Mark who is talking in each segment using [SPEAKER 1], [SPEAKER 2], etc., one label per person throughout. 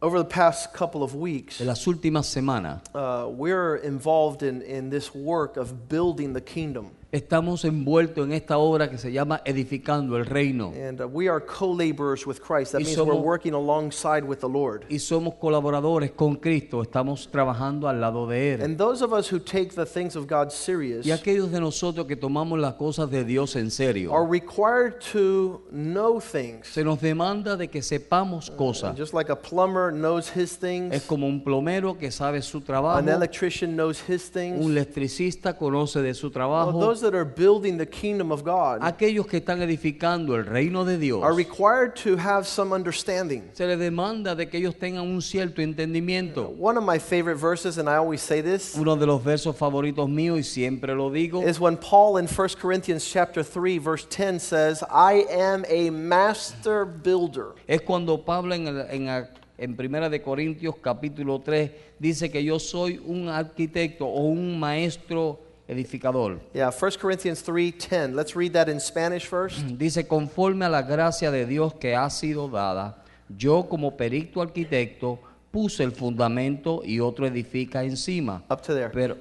[SPEAKER 1] Over the past couple of weeks,
[SPEAKER 2] de las últimas semanas,
[SPEAKER 1] uh, we're involved in, in this work of building the kingdom.
[SPEAKER 2] estamos envueltos en esta obra que se llama Edificando el Reino
[SPEAKER 1] And uh, we are co laborers with Christ. That
[SPEAKER 2] Y
[SPEAKER 1] means we're
[SPEAKER 2] somos-
[SPEAKER 1] working alongside with the Lord.
[SPEAKER 2] y somos colaboradores con Cristo, estamos trabajando al lado de Él.
[SPEAKER 1] And those of us who take the things of God serious
[SPEAKER 2] Y aquellos de nosotros que tomamos las cosas de Dios en
[SPEAKER 1] are
[SPEAKER 2] serio,
[SPEAKER 1] required to know things.
[SPEAKER 2] se nos demanda de que sepamos
[SPEAKER 1] And
[SPEAKER 2] cosas.
[SPEAKER 1] just like a plumber knows his things,
[SPEAKER 2] Es como un plomero que sabe su
[SPEAKER 1] an
[SPEAKER 2] trabajo,
[SPEAKER 1] electrician knows his things.
[SPEAKER 2] un electricista conoce de su
[SPEAKER 1] Well,
[SPEAKER 2] trabajo.
[SPEAKER 1] those that are building the kingdom of God
[SPEAKER 2] Aquellos que están edificando el reino de Dios,
[SPEAKER 1] are required to have some understanding.
[SPEAKER 2] se les demanda de que ellos tengan un cierto entendimiento.
[SPEAKER 1] One of my favorite verses, and I always say this,
[SPEAKER 2] Uno de los versos favoritos míos y siempre lo digo,
[SPEAKER 1] is when Paul in 1 Corinthians chapter 3 verse 10 says, "I am a master builder."
[SPEAKER 2] es cuando Pablo en, el- en a- en Primera de Corintios capítulo 3 dice que yo soy un arquitecto o un maestro edificador.
[SPEAKER 1] Yeah, 1 Corinthians 3:10. Let's read that in Spanish first.
[SPEAKER 2] Dice, conforme a la gracia de Dios que ha sido dada, yo como perito arquitecto puse el fundamento y otro edifica encima.
[SPEAKER 1] Up to there.
[SPEAKER 2] Pero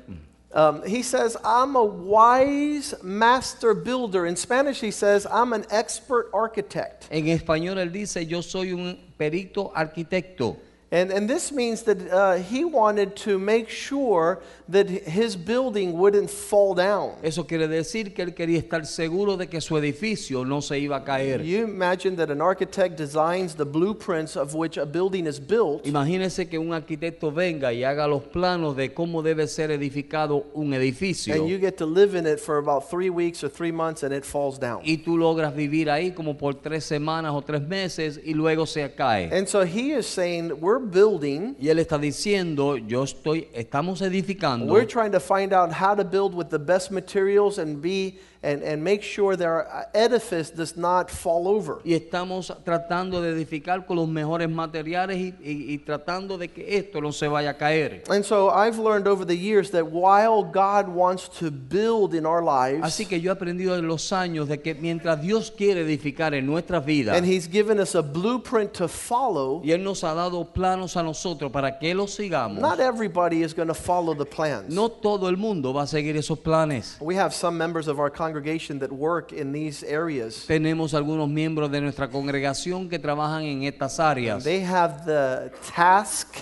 [SPEAKER 1] Um, he says, I'm a wise master builder. In Spanish, he says, I'm an expert architect.
[SPEAKER 2] en español él dice, yo soy un perito arquitecto.
[SPEAKER 1] And, and this means that uh, he wanted to make sure that his building wouldn't fall down.
[SPEAKER 2] Eso quiere decir que él quería estar seguro de que su edificio no se iba a caer.
[SPEAKER 1] You imagine that an architect designs the blueprints of which a building is built,
[SPEAKER 2] Imagínese que un arquitecto venga y haga los planos de cómo debe ser edificado un edificio
[SPEAKER 1] and you get to live in it for about three weeks or three months, and it falls down.
[SPEAKER 2] y tú logras vivir ahí como por tres semanas o tres meses y luego se cae.
[SPEAKER 1] And so he is saying, We're building,
[SPEAKER 2] Y él está diciendo, yo estoy, estamos edificando
[SPEAKER 1] we're trying to find out how to build with the best materials and be and, and make sure that our edifice does not fall over.
[SPEAKER 2] y estamos tratando de edificar con los mejores materiales y, y- y tratando de que esto no se vaya a caer.
[SPEAKER 1] And so I've learned over the years that while God wants to build in our lives,
[SPEAKER 2] Así que yo he aprendido en los años de que mientras Dios quiere edificar en nuestras vidas
[SPEAKER 1] and He's given us a blueprint to follow,
[SPEAKER 2] y Él nos ha dado planos a nosotros para que los sigamos,
[SPEAKER 1] not everybody is going to follow the plans.
[SPEAKER 2] No todo el mundo va a seguir esos planes.
[SPEAKER 1] We have some members of our congregation that work in these areas.
[SPEAKER 2] Tenemos algunos miembros de nuestra congregación que trabajan en estas áreas.
[SPEAKER 1] They have the task,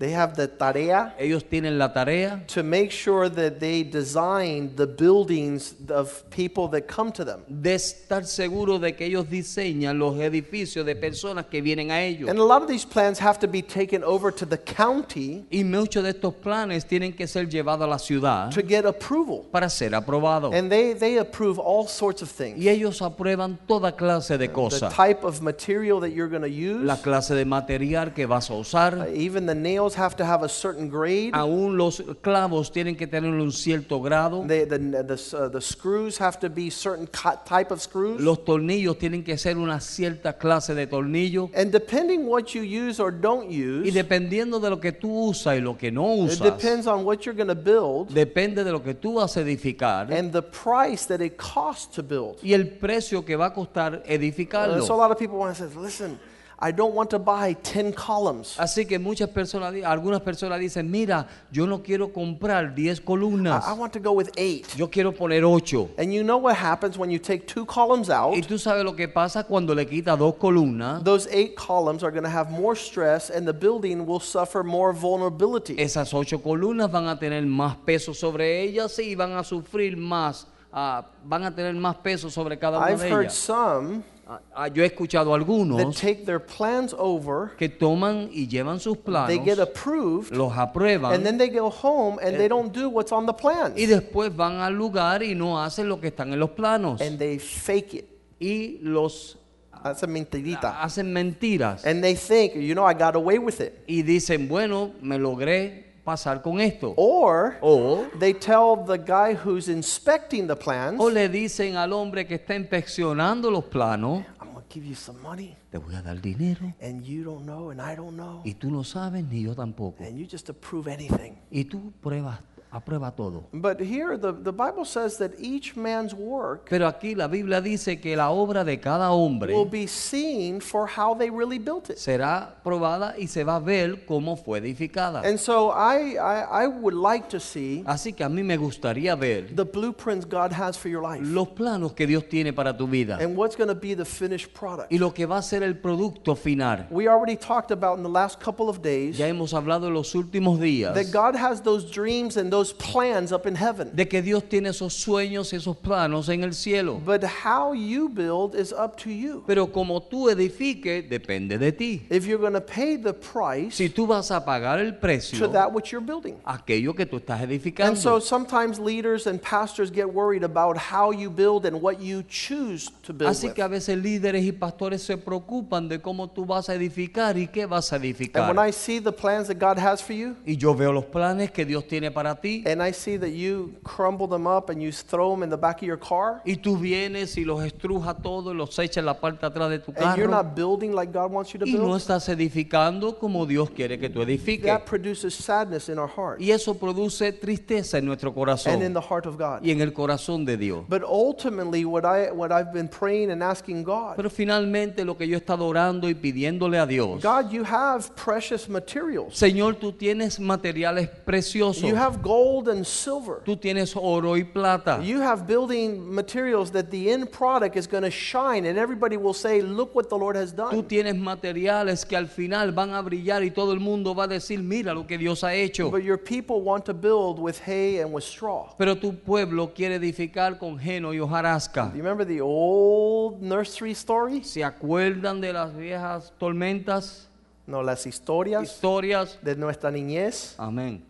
[SPEAKER 1] they have the tarea
[SPEAKER 2] Ellos tienen la tarea
[SPEAKER 1] to make sure that they design the buildings of people that come to them.
[SPEAKER 2] de estar seguro de que ellos diseñan los edificios de personas que vienen a ellos.
[SPEAKER 1] And a lot of these plans have to be taken over to the county
[SPEAKER 2] Y muchos de estos planes tienen que ser llevados a la ciudad
[SPEAKER 1] to get approval.
[SPEAKER 2] para ser aprobados.
[SPEAKER 1] And they, they approve all sorts of things.
[SPEAKER 2] Y ellos aprueban toda clase de
[SPEAKER 1] The
[SPEAKER 2] cosas.
[SPEAKER 1] type of material that you're going to use,
[SPEAKER 2] La clase de material que vas a
[SPEAKER 1] uh,
[SPEAKER 2] usar.
[SPEAKER 1] even the nails have to have a certain grade.
[SPEAKER 2] Aún los clavos tienen que tener un cierto grado.
[SPEAKER 1] They, the, the, uh, the screws have to be certain co- type of screws.
[SPEAKER 2] Los tornillos tienen que ser una cierta clase de tornillo.
[SPEAKER 1] And depending what you use or don't
[SPEAKER 2] Y
[SPEAKER 1] use,
[SPEAKER 2] dependiendo de lo que tú usas y lo que no
[SPEAKER 1] it
[SPEAKER 2] usas,
[SPEAKER 1] depends on what you're going to build
[SPEAKER 2] depende de lo que tú vas a edificar
[SPEAKER 1] and the price that it costs to build.
[SPEAKER 2] y el precio que va a costar
[SPEAKER 1] Uh, so a
[SPEAKER 2] edificarlo.
[SPEAKER 1] lot of people want to say, listen, I don't want to buy 10 columns.
[SPEAKER 2] Así que muchas personas, di- algunas personas dicen, mira, yo no quiero comprar 10
[SPEAKER 1] I,
[SPEAKER 2] columnas,
[SPEAKER 1] I want to go with eight.
[SPEAKER 2] yo quiero poner 8.
[SPEAKER 1] And you know what happens when you take two columns
[SPEAKER 2] Y
[SPEAKER 1] out?
[SPEAKER 2] tú sabes lo que pasa cuando le quitas dos columnas,
[SPEAKER 1] Those eight columns are going to have more stress and the building will suffer more vulnerability.
[SPEAKER 2] esas 8 columnas van a tener más peso sobre ellas y van a sufrir más, ah, van a tener más peso sobre cada una
[SPEAKER 1] I've
[SPEAKER 2] de
[SPEAKER 1] heard
[SPEAKER 2] ellas.
[SPEAKER 1] some
[SPEAKER 2] Ah, ah, Yo he escuchado
[SPEAKER 1] that
[SPEAKER 2] algunos
[SPEAKER 1] take their plans over,
[SPEAKER 2] que toman y llevan sus
[SPEAKER 1] they get
[SPEAKER 2] planos,
[SPEAKER 1] approved,
[SPEAKER 2] los
[SPEAKER 1] and
[SPEAKER 2] aprueban
[SPEAKER 1] then they go home and they don't do what's on the plan.
[SPEAKER 2] y después van al lugar y no hacen lo que están en los planos
[SPEAKER 1] and they fake it.
[SPEAKER 2] y los
[SPEAKER 1] That's a mentirita.
[SPEAKER 2] hacen mentiras
[SPEAKER 1] And they think, you know, I got away with it.
[SPEAKER 2] y dicen, bueno, me logré pasar con esto.
[SPEAKER 1] Or
[SPEAKER 2] O,
[SPEAKER 1] they tell the guy who's inspecting the plans,
[SPEAKER 2] o le dicen al hombre que está inspeccionando los planos,
[SPEAKER 1] I'm going to give you some money,
[SPEAKER 2] te voy a dar dinero
[SPEAKER 1] and you don't know, and I don't know,
[SPEAKER 2] y tú no sabes ni yo tampoco.
[SPEAKER 1] and you just approve anything.
[SPEAKER 2] Y tú pruebas aprueba todo.
[SPEAKER 1] But here, the, the Bible says that each man's work
[SPEAKER 2] Pero aquí la Biblia dice que la obra de cada hombre
[SPEAKER 1] will be seen for how they really built it.
[SPEAKER 2] será probada y se va a ver cómo fue edificada.
[SPEAKER 1] And so I, I, I would like to see
[SPEAKER 2] Así que a mí me gustaría ver
[SPEAKER 1] the blueprints God has for your life
[SPEAKER 2] los planos que Dios tiene para tu vida
[SPEAKER 1] and what's going to be the finished product.
[SPEAKER 2] y lo que va a ser el producto final.
[SPEAKER 1] We already talked about in the last couple of days
[SPEAKER 2] Ya hemos hablado en los últimos días
[SPEAKER 1] that God has those dreams and those plans up in heaven.
[SPEAKER 2] de que Dios tiene esos sueños, esos planos en el cielo.
[SPEAKER 1] But how you build is up to you.
[SPEAKER 2] Pero como tú edifiques, depende de ti.
[SPEAKER 1] If you're going to pay the price
[SPEAKER 2] Si tú vas a pagar el
[SPEAKER 1] to
[SPEAKER 2] precio,
[SPEAKER 1] that which you're building.
[SPEAKER 2] aquello que tú estás
[SPEAKER 1] And so
[SPEAKER 2] edificando.
[SPEAKER 1] sometimes leaders and pastors get worried about how you build and what you choose to build.
[SPEAKER 2] Así
[SPEAKER 1] with.
[SPEAKER 2] que a veces líderes y pastores se preocupan de cómo tú vas a edificar y qué vas a
[SPEAKER 1] And when
[SPEAKER 2] edificar.
[SPEAKER 1] I see the plans that God has for you,
[SPEAKER 2] Y yo veo los planes que Dios tiene para ti.
[SPEAKER 1] and I see that you crumble them up and you throw them in the back of your car,
[SPEAKER 2] Y tú vienes y los estruja todos, los echas en la parte de atrás de tu
[SPEAKER 1] and you're
[SPEAKER 2] carro.
[SPEAKER 1] not building like God wants you to
[SPEAKER 2] Y no
[SPEAKER 1] build,
[SPEAKER 2] estás edificando como Dios quiere que tú edifiques.
[SPEAKER 1] that produces sadness in our heart
[SPEAKER 2] Y eso produce tristeza en nuestro
[SPEAKER 1] and in
[SPEAKER 2] corazón
[SPEAKER 1] the heart of God.
[SPEAKER 2] y en el corazón de Dios.
[SPEAKER 1] But ultimately, what I what I've been praying and asking God,
[SPEAKER 2] Pero finalmente lo que yo he estado orando y pidiéndole a Dios,
[SPEAKER 1] God, you have precious materials.
[SPEAKER 2] Señor, tú tienes materiales preciosos,
[SPEAKER 1] You have gold and silver.
[SPEAKER 2] tú tienes oro y plata.
[SPEAKER 1] You have building materials that the end product is going to shine, and everybody will say, Look what the Lord has
[SPEAKER 2] Tú
[SPEAKER 1] done.
[SPEAKER 2] tienes materiales que al final van a brillar y todo el mundo va a decir, mira lo que Dios ha hecho.
[SPEAKER 1] But your people want to build with hay and with straw.
[SPEAKER 2] Pero tu pueblo quiere edificar con geno y hojarasca.
[SPEAKER 1] Do you remember the old nursery story?
[SPEAKER 2] ¿Se acuerdan de las viejas tormentas,
[SPEAKER 1] No, las historias
[SPEAKER 2] historias?
[SPEAKER 1] de nuestra niñez.
[SPEAKER 2] Amén.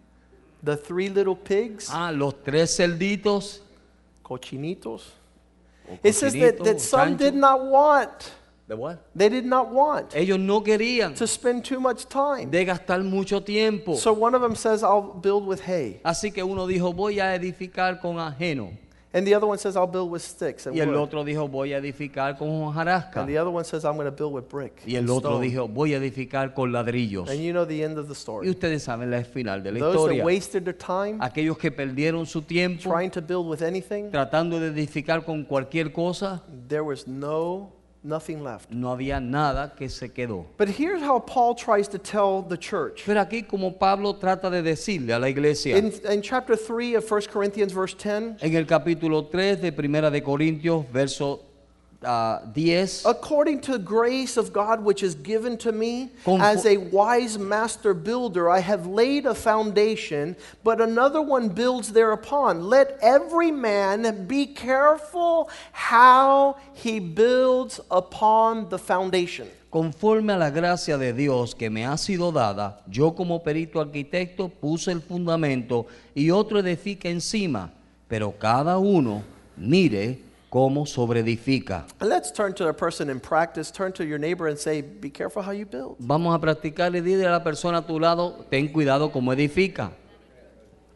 [SPEAKER 1] The three little pigs,
[SPEAKER 2] Ah, los tres cerditos.
[SPEAKER 1] cochinitos.
[SPEAKER 2] o
[SPEAKER 1] It says that,
[SPEAKER 2] cochinito, o
[SPEAKER 1] that some
[SPEAKER 2] chancho.
[SPEAKER 1] did not want,
[SPEAKER 2] ¿De what?
[SPEAKER 1] they did not want
[SPEAKER 2] Ellos no querían
[SPEAKER 1] to spend too much time.
[SPEAKER 2] de gastar mucho tiempo.
[SPEAKER 1] So one of them says, I'll build with hay.
[SPEAKER 2] Así que uno dijo, voy a edificar con ajeno.
[SPEAKER 1] And the other one says, I'll build with sticks and
[SPEAKER 2] Y el
[SPEAKER 1] wood.
[SPEAKER 2] otro dijo, voy a edificar con hojarasca.
[SPEAKER 1] And the other one says, I'm going to build with brick.
[SPEAKER 2] Y el
[SPEAKER 1] and
[SPEAKER 2] otro
[SPEAKER 1] stone."
[SPEAKER 2] dijo, voy a edificar con ladrillos.
[SPEAKER 1] And you know the end of the
[SPEAKER 2] Y
[SPEAKER 1] story.
[SPEAKER 2] ustedes saben la final de la
[SPEAKER 1] Those that
[SPEAKER 2] historia.
[SPEAKER 1] wasted their time
[SPEAKER 2] Aquellos que perdieron su tiempo
[SPEAKER 1] trying to build with anything,
[SPEAKER 2] tratando de edificar con cualquier cosa,
[SPEAKER 1] there was no nothing left.
[SPEAKER 2] no había nada que se quedó.
[SPEAKER 1] But here's how Paul tries to tell the church.
[SPEAKER 2] Pero aquí como Pablo trata de decirle a la iglesia,
[SPEAKER 1] In, in chapter 3 of 1 Corinthians, verse 10,
[SPEAKER 2] en el capítulo 3 de Primera de Corintios, verso ah, 10,
[SPEAKER 1] according to grace of God which is given to me,
[SPEAKER 2] Confo-
[SPEAKER 1] as a wise master builder, I have laid a foundation, but another one builds thereupon. Let every man be careful how he builds upon the foundation.
[SPEAKER 2] conforme a la gracia de Dios que me ha sido dada, yo como perito arquitecto puse el fundamento y otro edifica encima, pero cada uno mire cómo sobreedifica.
[SPEAKER 1] And let's turn to a person in practice, turn to your neighbor and say, Be careful how you build.
[SPEAKER 2] Vamos a practicar y dile a la persona a tu lado, ten cuidado cómo edifica.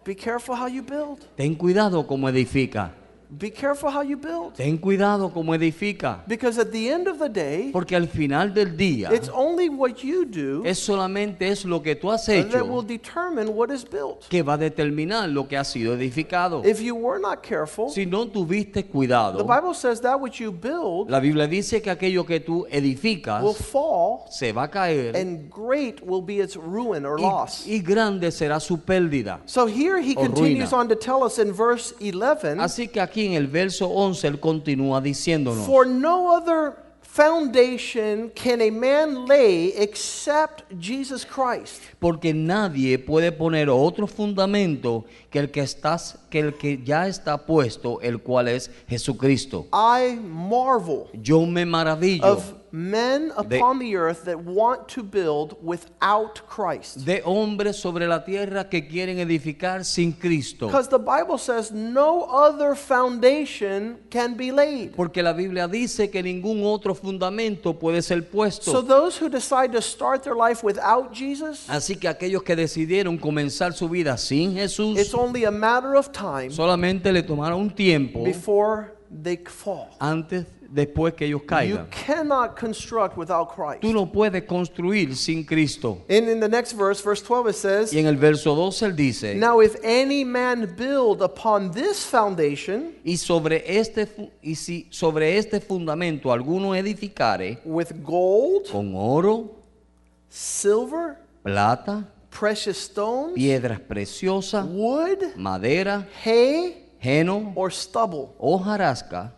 [SPEAKER 1] Be careful how you build.
[SPEAKER 2] Ten cuidado cómo edifica.
[SPEAKER 1] Be careful how you build.
[SPEAKER 2] Ten cuidado cómo edifica.
[SPEAKER 1] Because at the end of the day,
[SPEAKER 2] Porque al final del día
[SPEAKER 1] it's only what you do
[SPEAKER 2] es solamente es lo que tú has
[SPEAKER 1] that will
[SPEAKER 2] hecho
[SPEAKER 1] determine what is built.
[SPEAKER 2] que va a determinar lo que ha sido edificado.
[SPEAKER 1] If you were not careful,
[SPEAKER 2] Si no tuviste
[SPEAKER 1] the
[SPEAKER 2] cuidado,
[SPEAKER 1] Bible says that which you build
[SPEAKER 2] la Biblia dice que aquello que tú edificas
[SPEAKER 1] will fall,
[SPEAKER 2] se va a caer
[SPEAKER 1] and great will be its ruin or
[SPEAKER 2] y-
[SPEAKER 1] loss.
[SPEAKER 2] y, grande será su pérdida.
[SPEAKER 1] So here he
[SPEAKER 2] O
[SPEAKER 1] continues
[SPEAKER 2] e- ruina.
[SPEAKER 1] on to tell us in verse 11
[SPEAKER 2] Así que aquí en el verso 11 él continúa diciéndonos.
[SPEAKER 1] For no other foundation can a man lay except Jesus Christ.
[SPEAKER 2] Porque nadie puede poner otro fundamento que el que estás, que el que ya está puesto, el cual es Jesucristo.
[SPEAKER 1] I marvel
[SPEAKER 2] Yo me maravillo
[SPEAKER 1] of men
[SPEAKER 2] They-
[SPEAKER 1] upon the earth that want to build without Christ.
[SPEAKER 2] de hombres sobre la tierra que quieren edificar sin Cristo.
[SPEAKER 1] Because the Bible says no other foundation can be laid.
[SPEAKER 2] Porque la Biblia dice que ningún otro fundamento puede ser
[SPEAKER 1] So
[SPEAKER 2] puesto.
[SPEAKER 1] those who decide to start their life without Jesus,
[SPEAKER 2] Así que aquellos que decidieron comenzar su vida sin
[SPEAKER 1] it's
[SPEAKER 2] Jesús,
[SPEAKER 1] only a matter of time
[SPEAKER 2] solamente le tomaron un tiempo
[SPEAKER 1] before they fall.
[SPEAKER 2] antes después que ellos
[SPEAKER 1] You
[SPEAKER 2] caigan.
[SPEAKER 1] cannot construct without Christ.
[SPEAKER 2] Tú no puedes construir sin Cristo.
[SPEAKER 1] And in the next verse, verse 12, it says,
[SPEAKER 2] Y en el verso 12 él dice,
[SPEAKER 1] Now if any man build upon this foundation
[SPEAKER 2] y sobre este fu- y si sobre este fundamento alguno edificare
[SPEAKER 1] with gold,
[SPEAKER 2] con oro,
[SPEAKER 1] silver,
[SPEAKER 2] plata,
[SPEAKER 1] precious stones,
[SPEAKER 2] piedras preciosas,
[SPEAKER 1] wood,
[SPEAKER 2] madera,
[SPEAKER 1] hay,
[SPEAKER 2] heno,
[SPEAKER 1] or stubble,
[SPEAKER 2] hojarasca,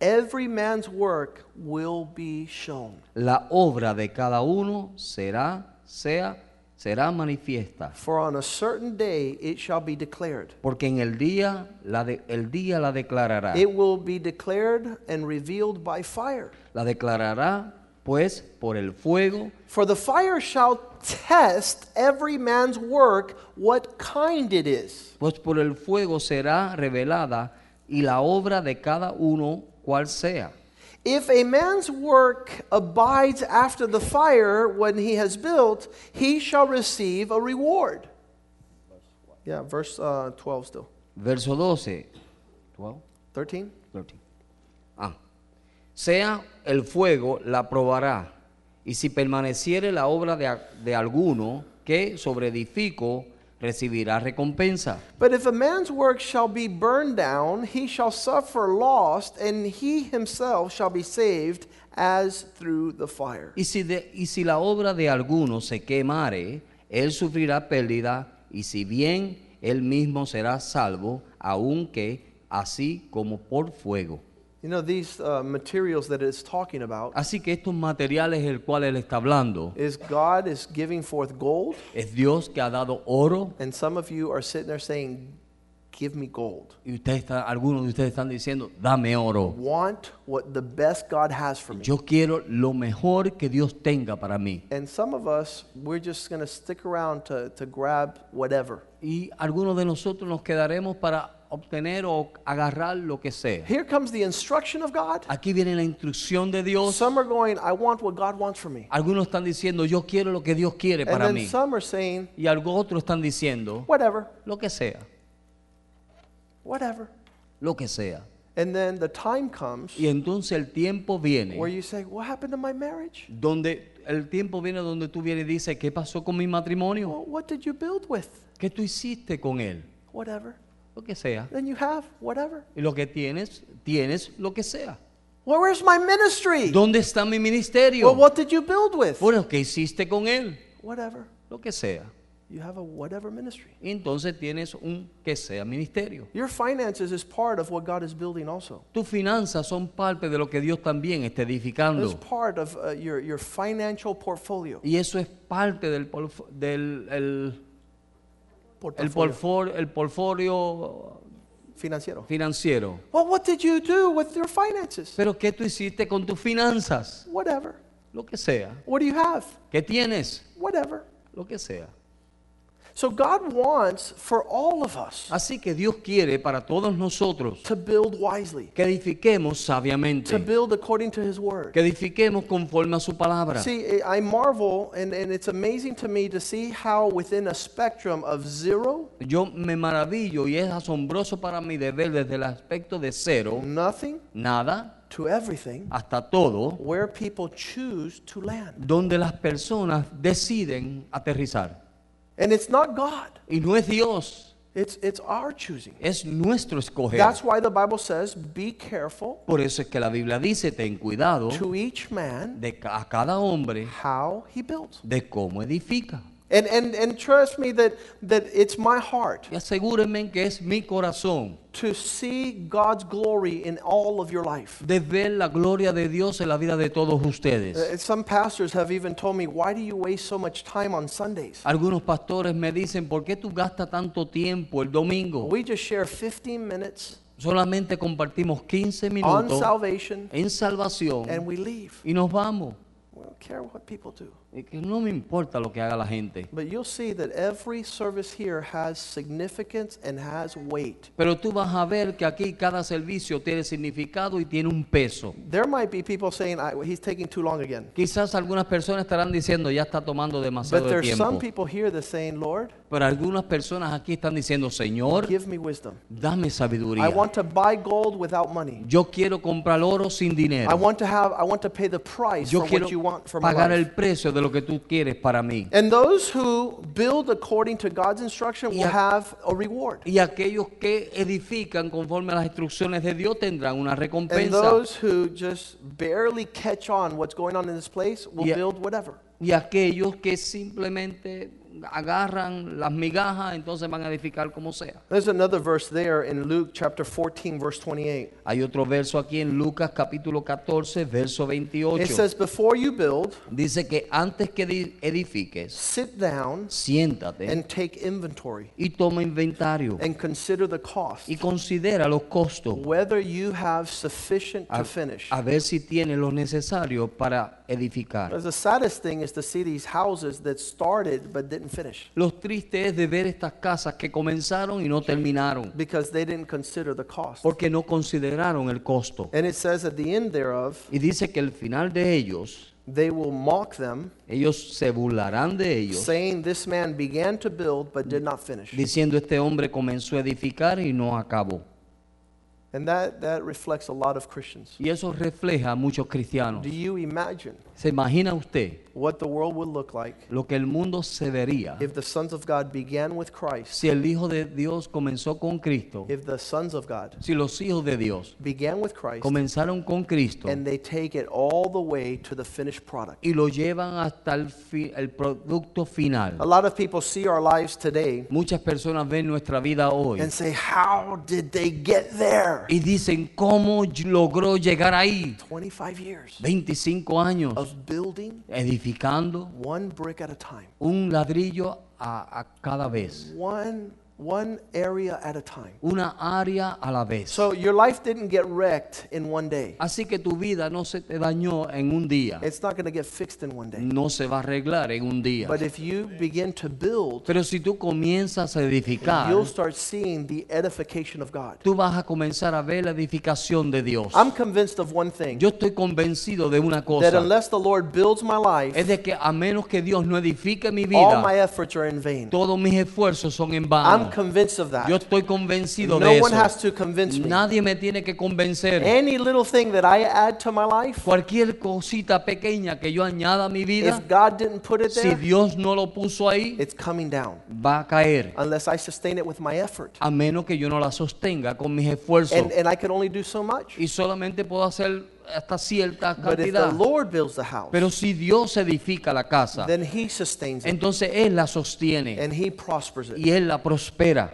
[SPEAKER 1] every man's work will be shown.
[SPEAKER 2] la obra de cada uno será sea será manifiesta,
[SPEAKER 1] For on a certain day it shall be declared.
[SPEAKER 2] porque en el día la de- el día la declarará.
[SPEAKER 1] It will be declared and revealed by fire.
[SPEAKER 2] La declarará pues por el fuego
[SPEAKER 1] For the fire shall test every man's work, what kind it is.
[SPEAKER 2] Pues por el fuego será revelada y la obra de cada uno cual sea.
[SPEAKER 1] If a man's work abides after the fire when he has built, he shall receive a reward. Yeah, verse uh, 12 still.
[SPEAKER 2] Verso 12. 12,
[SPEAKER 1] 13?
[SPEAKER 2] 13. Ah. Sea el fuego la probará, y si permaneciere la obra de, a- de alguno que sobre edificó, recibirá recompensa.
[SPEAKER 1] But if a man's work shall be burned down, he shall suffer loss, and he himself shall be saved as through the fire.
[SPEAKER 2] Y si, de- y si la obra de alguno se quemare, él sufrirá pérdida, y si bien él mismo será salvo, aunque así como por fuego.
[SPEAKER 1] You know, these uh, materials that it's talking about
[SPEAKER 2] Así que estos materiales el cual él está hablando
[SPEAKER 1] is God is giving forth gold,
[SPEAKER 2] es Dios que ha dado oro
[SPEAKER 1] and some of you are sitting there saying, Give me gold.
[SPEAKER 2] y usted está, algunos de ustedes están diciendo, dame oro.
[SPEAKER 1] Want what the best God has for me.
[SPEAKER 2] Yo quiero lo mejor que Dios tenga para mí.
[SPEAKER 1] And some of us, we're just going to stick around to, to grab whatever.
[SPEAKER 2] Y algunos de nosotros nos quedaremos para obtener o agarrar lo que sea.
[SPEAKER 1] Here comes the instruction of God.
[SPEAKER 2] Aquí viene la instrucción de Dios.
[SPEAKER 1] Some are going, I want what God wants for me.
[SPEAKER 2] Algunos están diciendo, yo quiero lo que Dios quiere
[SPEAKER 1] And
[SPEAKER 2] para
[SPEAKER 1] then
[SPEAKER 2] mí.
[SPEAKER 1] some are saying,
[SPEAKER 2] Y algo otros están diciendo,
[SPEAKER 1] whatever,
[SPEAKER 2] lo que sea,
[SPEAKER 1] whatever.
[SPEAKER 2] lo que sea.
[SPEAKER 1] And then the time comes
[SPEAKER 2] Y entonces el tiempo
[SPEAKER 1] where
[SPEAKER 2] viene,
[SPEAKER 1] you say, What happened to my marriage?
[SPEAKER 2] donde el tiempo viene donde tú vienes y dices, ¿qué pasó con mi matrimonio?
[SPEAKER 1] Well, what did you build with?
[SPEAKER 2] ¿Qué tú hiciste con él?
[SPEAKER 1] Whatever.
[SPEAKER 2] Lo que sea.
[SPEAKER 1] Then you have whatever.
[SPEAKER 2] Y lo que tienes, tienes lo que sea.
[SPEAKER 1] Well, where's my ministry?
[SPEAKER 2] ¿Dónde está mi ministerio?
[SPEAKER 1] Well, what did you build with?
[SPEAKER 2] Bueno, ¿qué hiciste con él?
[SPEAKER 1] Whatever.
[SPEAKER 2] Lo que sea.
[SPEAKER 1] You have a whatever ministry.
[SPEAKER 2] Y entonces tienes un que sea ministerio.
[SPEAKER 1] Your finances is part of what God is building also.
[SPEAKER 2] Tus finanzas son parte de lo que Dios también está
[SPEAKER 1] It's
[SPEAKER 2] edificando.
[SPEAKER 1] part of uh, your, your financial portfolio.
[SPEAKER 2] Y eso es parte del, porf- del el, el,
[SPEAKER 1] Portfolio.
[SPEAKER 2] porfor- el portfolio
[SPEAKER 1] Financiero.
[SPEAKER 2] financiero.
[SPEAKER 1] Well, what did you do with your finances?
[SPEAKER 2] Pero ¿qué tú hiciste con tus finanzas?
[SPEAKER 1] Whatever.
[SPEAKER 2] Lo que sea.
[SPEAKER 1] What do you have?
[SPEAKER 2] ¿Qué tienes?
[SPEAKER 1] Whatever.
[SPEAKER 2] Lo que sea.
[SPEAKER 1] So God wants for all of us
[SPEAKER 2] Así que Dios quiere para todos nosotros
[SPEAKER 1] to build wisely,
[SPEAKER 2] que edifiquemos
[SPEAKER 1] to
[SPEAKER 2] sabiamente,
[SPEAKER 1] build according to His word.
[SPEAKER 2] que edifiquemos conforme a su palabra.
[SPEAKER 1] See, eh, I I marvel, and, and it's amazing to me to see how within a spectrum of zero,
[SPEAKER 2] Yo me maravillo y es asombroso para mí de ver desde el aspecto de cero,
[SPEAKER 1] nothing
[SPEAKER 2] nada,
[SPEAKER 1] to everything,
[SPEAKER 2] hasta todo,
[SPEAKER 1] where people choose to land.
[SPEAKER 2] donde las personas deciden aterrizar.
[SPEAKER 1] And it's not God,
[SPEAKER 2] Y no es Dios,
[SPEAKER 1] it's, it's our choosing.
[SPEAKER 2] es nuestro escoger.
[SPEAKER 1] That's why the Bible says, be careful
[SPEAKER 2] Por eso es que la Biblia dice, ten cuidado
[SPEAKER 1] to each man
[SPEAKER 2] de ca- a cada hombre
[SPEAKER 1] how he built.
[SPEAKER 2] de cómo edifica.
[SPEAKER 1] And, and, and trust me that, that it's my heart
[SPEAKER 2] Y asegúrenme que es mi corazón
[SPEAKER 1] to see God's glory in all of your life.
[SPEAKER 2] de ver la gloria de Dios en la vida de todos ustedes.
[SPEAKER 1] Uh, Some pastors have even told me, why do you waste so much time on Sundays?
[SPEAKER 2] Algunos pastores me dicen, ¿por qué tú gastas tanto tiempo el domingo?
[SPEAKER 1] We just share 15 minutes
[SPEAKER 2] Solamente compartimos 15
[SPEAKER 1] on
[SPEAKER 2] minutos
[SPEAKER 1] salvation
[SPEAKER 2] en salvación
[SPEAKER 1] and we leave.
[SPEAKER 2] y nos vamos.
[SPEAKER 1] We don't care what people do.
[SPEAKER 2] Es que no me importa lo que haga la gente.
[SPEAKER 1] But you'll see that every service here has significance and has weight.
[SPEAKER 2] Pero tú vas a ver que aquí cada servicio tiene significado y tiene un peso.
[SPEAKER 1] There might be people saying, I, He's taking too long again.
[SPEAKER 2] Quizás algunas personas estarán diciendo, ya está tomando
[SPEAKER 1] But
[SPEAKER 2] demasiado de
[SPEAKER 1] there's some people
[SPEAKER 2] tiempo.
[SPEAKER 1] here that's saying, Lord,
[SPEAKER 2] Pero algunas personas aquí están diciendo, Señor,
[SPEAKER 1] give me wisdom.
[SPEAKER 2] dame
[SPEAKER 1] I
[SPEAKER 2] sabiduría.
[SPEAKER 1] want to buy gold without money.
[SPEAKER 2] Yo quiero comprar oro sin
[SPEAKER 1] I
[SPEAKER 2] dinero.
[SPEAKER 1] want to have I want to pay the price
[SPEAKER 2] Yo
[SPEAKER 1] for
[SPEAKER 2] quiero
[SPEAKER 1] what you want for my
[SPEAKER 2] pagar
[SPEAKER 1] life.
[SPEAKER 2] el precio de lo que tú quieres para mí.
[SPEAKER 1] And those who build according to God's instruction will
[SPEAKER 2] Yeah.
[SPEAKER 1] have a reward.
[SPEAKER 2] Y aquellos que edifican conforme a las instrucciones de Dios tendrán una
[SPEAKER 1] And
[SPEAKER 2] recompensa.
[SPEAKER 1] those who just barely catch on what's going on in this place will
[SPEAKER 2] Yeah.
[SPEAKER 1] build whatever.
[SPEAKER 2] Y aquellos que simplemente agarran las migajas, entonces van a edificar como sea.
[SPEAKER 1] There's another verse there in Luke chapter 14 verse 28.
[SPEAKER 2] Hay otro verso aquí en Lucas capítulo 14, verso
[SPEAKER 1] It
[SPEAKER 2] 28.
[SPEAKER 1] says before you build,
[SPEAKER 2] Dice que antes que di- edifiques,
[SPEAKER 1] sit down
[SPEAKER 2] siéntate
[SPEAKER 1] and take inventory
[SPEAKER 2] y toma inventario
[SPEAKER 1] and consider the cost
[SPEAKER 2] y considera los costos
[SPEAKER 1] whether you have sufficient to finish.
[SPEAKER 2] a ver si tienes lo necesario para edificar.
[SPEAKER 1] Because the saddest thing is to see these houses that started but didn't finish
[SPEAKER 2] Lo triste es de ver estas casas que comenzaron y no terminaron
[SPEAKER 1] because they didn't consider the cost.
[SPEAKER 2] porque no consideraron el costo.
[SPEAKER 1] And it says at the end thereof,
[SPEAKER 2] Y dice que el final de ellos,
[SPEAKER 1] they will mock them,
[SPEAKER 2] ellos se burlarán de ellos
[SPEAKER 1] saying, This man began to build but did not finish.
[SPEAKER 2] diciendo este hombre comenzó a edificar y no acabó.
[SPEAKER 1] And that, that reflects a lot of Christians.
[SPEAKER 2] Y eso refleja a muchos cristianos.
[SPEAKER 1] Do you imagine
[SPEAKER 2] ¿Se imagina usted
[SPEAKER 1] what the world would look like
[SPEAKER 2] lo que el mundo se vería
[SPEAKER 1] if the sons of God began with Christ?
[SPEAKER 2] si el Hijo de Dios comenzó con Cristo?
[SPEAKER 1] If the sons of God
[SPEAKER 2] Si los hijos de Dios
[SPEAKER 1] began with Christ
[SPEAKER 2] comenzaron con Cristo
[SPEAKER 1] and they take it all the way to the finished product.
[SPEAKER 2] y lo llevan hasta el, fi- el producto final.
[SPEAKER 1] A lot of people see our lives today
[SPEAKER 2] Muchas personas ven nuestra vida hoy
[SPEAKER 1] and say, How did they get there?
[SPEAKER 2] y dicen, ¿cómo ll- logró llegar ahí?
[SPEAKER 1] 25 years
[SPEAKER 2] 25 años
[SPEAKER 1] of building
[SPEAKER 2] edificando
[SPEAKER 1] one brick at a time,
[SPEAKER 2] un ladrillo a, a cada vez,
[SPEAKER 1] one, one area at a time.
[SPEAKER 2] una área a la vez.
[SPEAKER 1] So your life didn't get wrecked in one day.
[SPEAKER 2] Así que tu vida no se te dañó en un día,
[SPEAKER 1] It's not going to get fixed in one day.
[SPEAKER 2] no se va a arreglar en un día.
[SPEAKER 1] But if you begin to build,
[SPEAKER 2] Pero si tú comienzas a edificar,
[SPEAKER 1] you'll start seeing the edification of God.
[SPEAKER 2] tú vas a comenzar a ver la edificación de Dios.
[SPEAKER 1] I'm convinced of one thing
[SPEAKER 2] Yo estoy convencido de una
[SPEAKER 1] that
[SPEAKER 2] cosa,
[SPEAKER 1] unless the Lord builds my life,
[SPEAKER 2] es de que a menos que Dios no edifique mi
[SPEAKER 1] all
[SPEAKER 2] vida,
[SPEAKER 1] my efforts are in vain.
[SPEAKER 2] todos mis esfuerzos son en
[SPEAKER 1] I'm
[SPEAKER 2] vano.
[SPEAKER 1] convinced of
[SPEAKER 2] Yo
[SPEAKER 1] that.
[SPEAKER 2] estoy convencido
[SPEAKER 1] No
[SPEAKER 2] de
[SPEAKER 1] one has
[SPEAKER 2] eso.
[SPEAKER 1] to convince me.
[SPEAKER 2] Nadie me tiene que convencer.
[SPEAKER 1] Any little thing that I add to my life,
[SPEAKER 2] Cualquier cosita pequeña que yo añada a mi vida,
[SPEAKER 1] if God didn't put it
[SPEAKER 2] si
[SPEAKER 1] there,
[SPEAKER 2] Dios no lo puso ahí,
[SPEAKER 1] it's coming down
[SPEAKER 2] va a caer.
[SPEAKER 1] unless I sustain it with my effort.
[SPEAKER 2] A menos que yo no la sostenga con mis esfuerzos.
[SPEAKER 1] And, and I can only do so much.
[SPEAKER 2] Y solamente puedo hacer hasta cierta
[SPEAKER 1] But if the
[SPEAKER 2] cantidad.
[SPEAKER 1] Lord builds the house,
[SPEAKER 2] Pero si Dios edifica la casa,
[SPEAKER 1] then He sustains it
[SPEAKER 2] entonces Él la sostiene
[SPEAKER 1] and He prospers it.
[SPEAKER 2] y Él la prospera.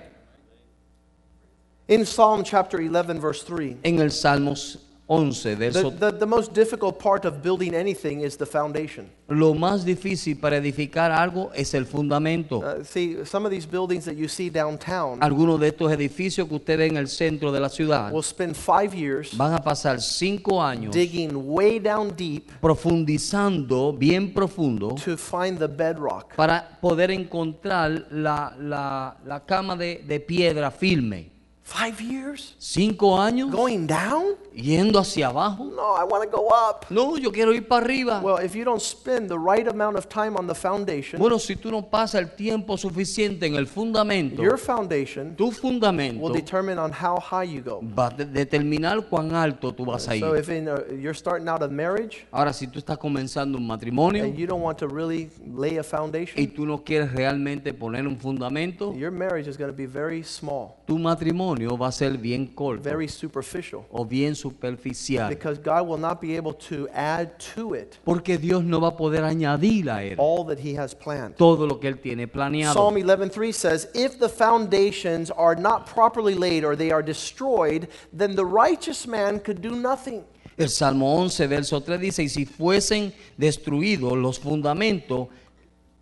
[SPEAKER 1] In Psalm chapter 11, verse 3,
[SPEAKER 2] En el Salmos 11,
[SPEAKER 1] the,
[SPEAKER 2] verso
[SPEAKER 1] the, the most difficult part of building anything is the foundation.
[SPEAKER 2] Lo más difícil para edificar algo es el fundamento.
[SPEAKER 1] Uh, see, some of these buildings that you see downtown
[SPEAKER 2] Algunos de estos edificios que usted ve en el centro de la ciudad
[SPEAKER 1] will spend five years
[SPEAKER 2] van a pasar cinco años
[SPEAKER 1] digging way down deep
[SPEAKER 2] profundizando bien profundo
[SPEAKER 1] to find the bedrock.
[SPEAKER 2] para poder encontrar la, la- la cama de, de piedra firme.
[SPEAKER 1] Five years?
[SPEAKER 2] Cinco años
[SPEAKER 1] Going down?
[SPEAKER 2] yendo hacia abajo.
[SPEAKER 1] No, I want to go up.
[SPEAKER 2] No, yo quiero ir para arriba.
[SPEAKER 1] Well, if you don't spend the right amount of time on the foundation,
[SPEAKER 2] Bueno, si tú no pasas el tiempo suficiente en el fundamento,
[SPEAKER 1] your foundation
[SPEAKER 2] tu fundamento
[SPEAKER 1] will determine on how high you go.
[SPEAKER 2] va a de- determinar cuán alto tú vas a ir.
[SPEAKER 1] So if in a, you're starting out a marriage
[SPEAKER 2] Ahora, si tú estás comenzando un
[SPEAKER 1] and
[SPEAKER 2] matrimonio
[SPEAKER 1] you don't want to really lay a
[SPEAKER 2] y
[SPEAKER 1] foundation,
[SPEAKER 2] tú no quieres realmente poner un fundamento,
[SPEAKER 1] your marriage is going to be very small,
[SPEAKER 2] tu matrimonio va a ser bien corto
[SPEAKER 1] very superficial,
[SPEAKER 2] o bien superficial,
[SPEAKER 1] because God will not be able to add to it
[SPEAKER 2] porque Dios no va a poder añadir a él
[SPEAKER 1] all that He has planned.
[SPEAKER 2] todo lo que él tiene planeado.
[SPEAKER 1] Psalm 11:3 says, "If the foundations are not properly laid or they are destroyed, then the righteous man could do nothing."
[SPEAKER 2] El Salmo 11, verso 3 dice, y si fuesen destruidos los fundamentos,